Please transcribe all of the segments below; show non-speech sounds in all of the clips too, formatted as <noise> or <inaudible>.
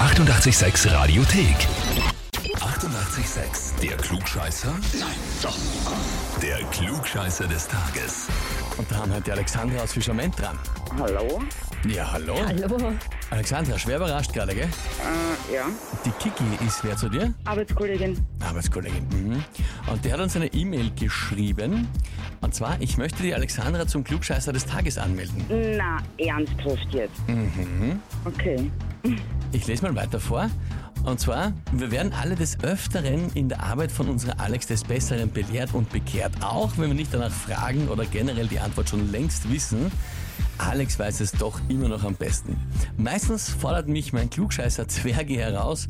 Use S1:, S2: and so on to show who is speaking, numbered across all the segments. S1: 886 Radiothek. 88,6. Der Klugscheißer? Nein, doch. Der Klugscheißer des Tages.
S2: Und da haben wir die Alexandra aus Fischerment dran.
S3: Hallo? <laughs>
S2: Ja, hallo.
S4: Hallo.
S2: Alexandra, schwer überrascht gerade, gell?
S3: Äh, ja,
S2: Die Kiki ist wer zu dir?
S3: Arbeitskollegin.
S2: Arbeitskollegin. Mhm. Und die hat uns eine E-Mail geschrieben. Und zwar, ich möchte die Alexandra zum Klugscheißer des Tages anmelden.
S3: Na, ernsthaft jetzt. Mhm. Okay.
S2: Ich lese mal weiter vor. Und zwar, wir werden alle des Öfteren in der Arbeit von unserer Alex des Besseren belehrt und bekehrt. Auch wenn wir nicht danach fragen oder generell die Antwort schon längst wissen. Alex weiß es doch immer noch am besten. Meistens fordert mich mein Klugscheißer Zwerge heraus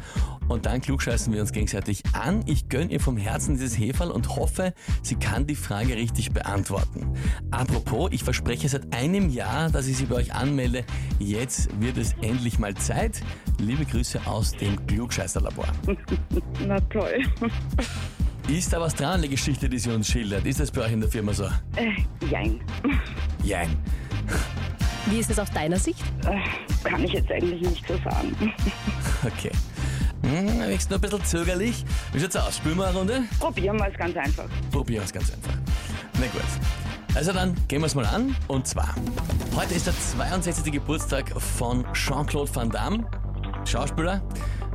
S2: und dann klugscheißen wir uns gegenseitig an. Ich gönne ihr vom Herzen dieses Heferl und hoffe, sie kann die Frage richtig beantworten. Apropos, ich verspreche seit einem Jahr, dass ich sie bei euch anmelde. Jetzt wird es endlich mal Zeit. Liebe Grüße aus dem Klugscheißerlabor.
S3: Na toll.
S2: Ist da was dran an der Geschichte, die sie uns schildert? Ist das bei euch in der Firma so?
S3: Äh, <laughs> jein.
S2: Jein.
S4: Wie ist es aus deiner Sicht?
S3: Äh, kann ich jetzt eigentlich nicht so sagen.
S2: Okay. Hm, wenigstens nur ein bisschen zögerlich. Wie schaut's aus? Spüren wir eine Runde?
S3: <laughs> Probieren wir es ganz einfach.
S2: Probieren wir es ganz einfach. Na gut. Also dann gehen wir es mal an. Und zwar, heute ist der 62. Geburtstag von Jean-Claude Van Damme, Schauspieler.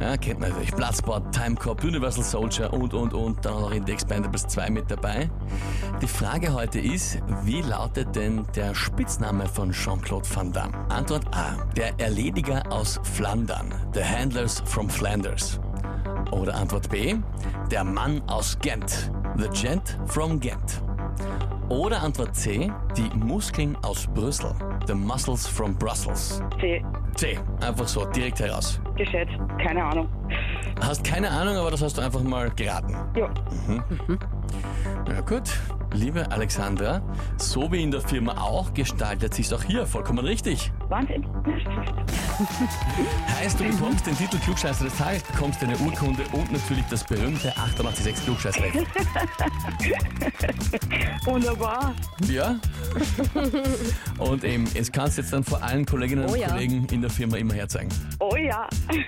S2: Ja, kennt man natürlich. Bloodsport, Time Cop, Universal Soldier und, und, und. Dann auch noch in The Expendables 2 mit dabei. Die Frage heute ist, wie lautet denn der Spitzname von Jean-Claude Van Damme? Antwort A. Der Erlediger aus Flandern. The Handlers from Flanders. Oder Antwort B, der Mann aus Gent, The Gent from Gent. Oder Antwort C, die Muskeln aus Brüssel, The Muscles from Brussels.
S3: C.
S2: C, einfach so, direkt heraus.
S3: Geschätzt. Keine Ahnung.
S2: Hast keine Ahnung, aber das hast du einfach mal geraten.
S3: Ja.
S2: Na gut, liebe Alexandra, so wie in der Firma auch, gestaltet sich auch hier vollkommen richtig.
S3: Wahnsinn. <laughs>
S2: Heißt, du bekommst den Titel Klugscheißer des Tages, bekommst deine Urkunde und natürlich das berühmte 886 Klugscheißrecht.
S3: Wunderbar.
S2: Ja.
S4: <laughs>
S2: Und eben, es kannst du jetzt dann vor allen Kolleginnen und
S4: Oh ja.
S2: Kollegen in der Firma immer herzeigen.
S3: Oh ja. <laughs>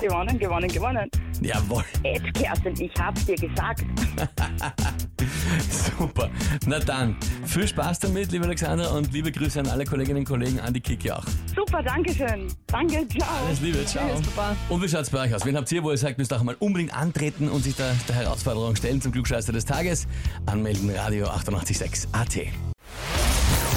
S3: gewonnen, gewonnen, gewonnen.
S2: Jawohl, <laughs>
S3: Jetzt, Kerstin, ich hab's dir gesagt.
S2: super. Na dann, viel Spaß damit, liebe Alexandra, und liebe Grüße an alle Kolleginnen und Kollegen, an die Kiki auch.
S3: Super, Dankeschön. Danke, ciao.
S2: Alles Liebe, ciao. Und wie schaut's bei euch aus? Wen habt ihr, wo ihr sagt, müsst auch mal unbedingt antreten und sich der, der Herausforderung stellen zum Klugscheißer des Tages? Anmelden, Radio 886 AT.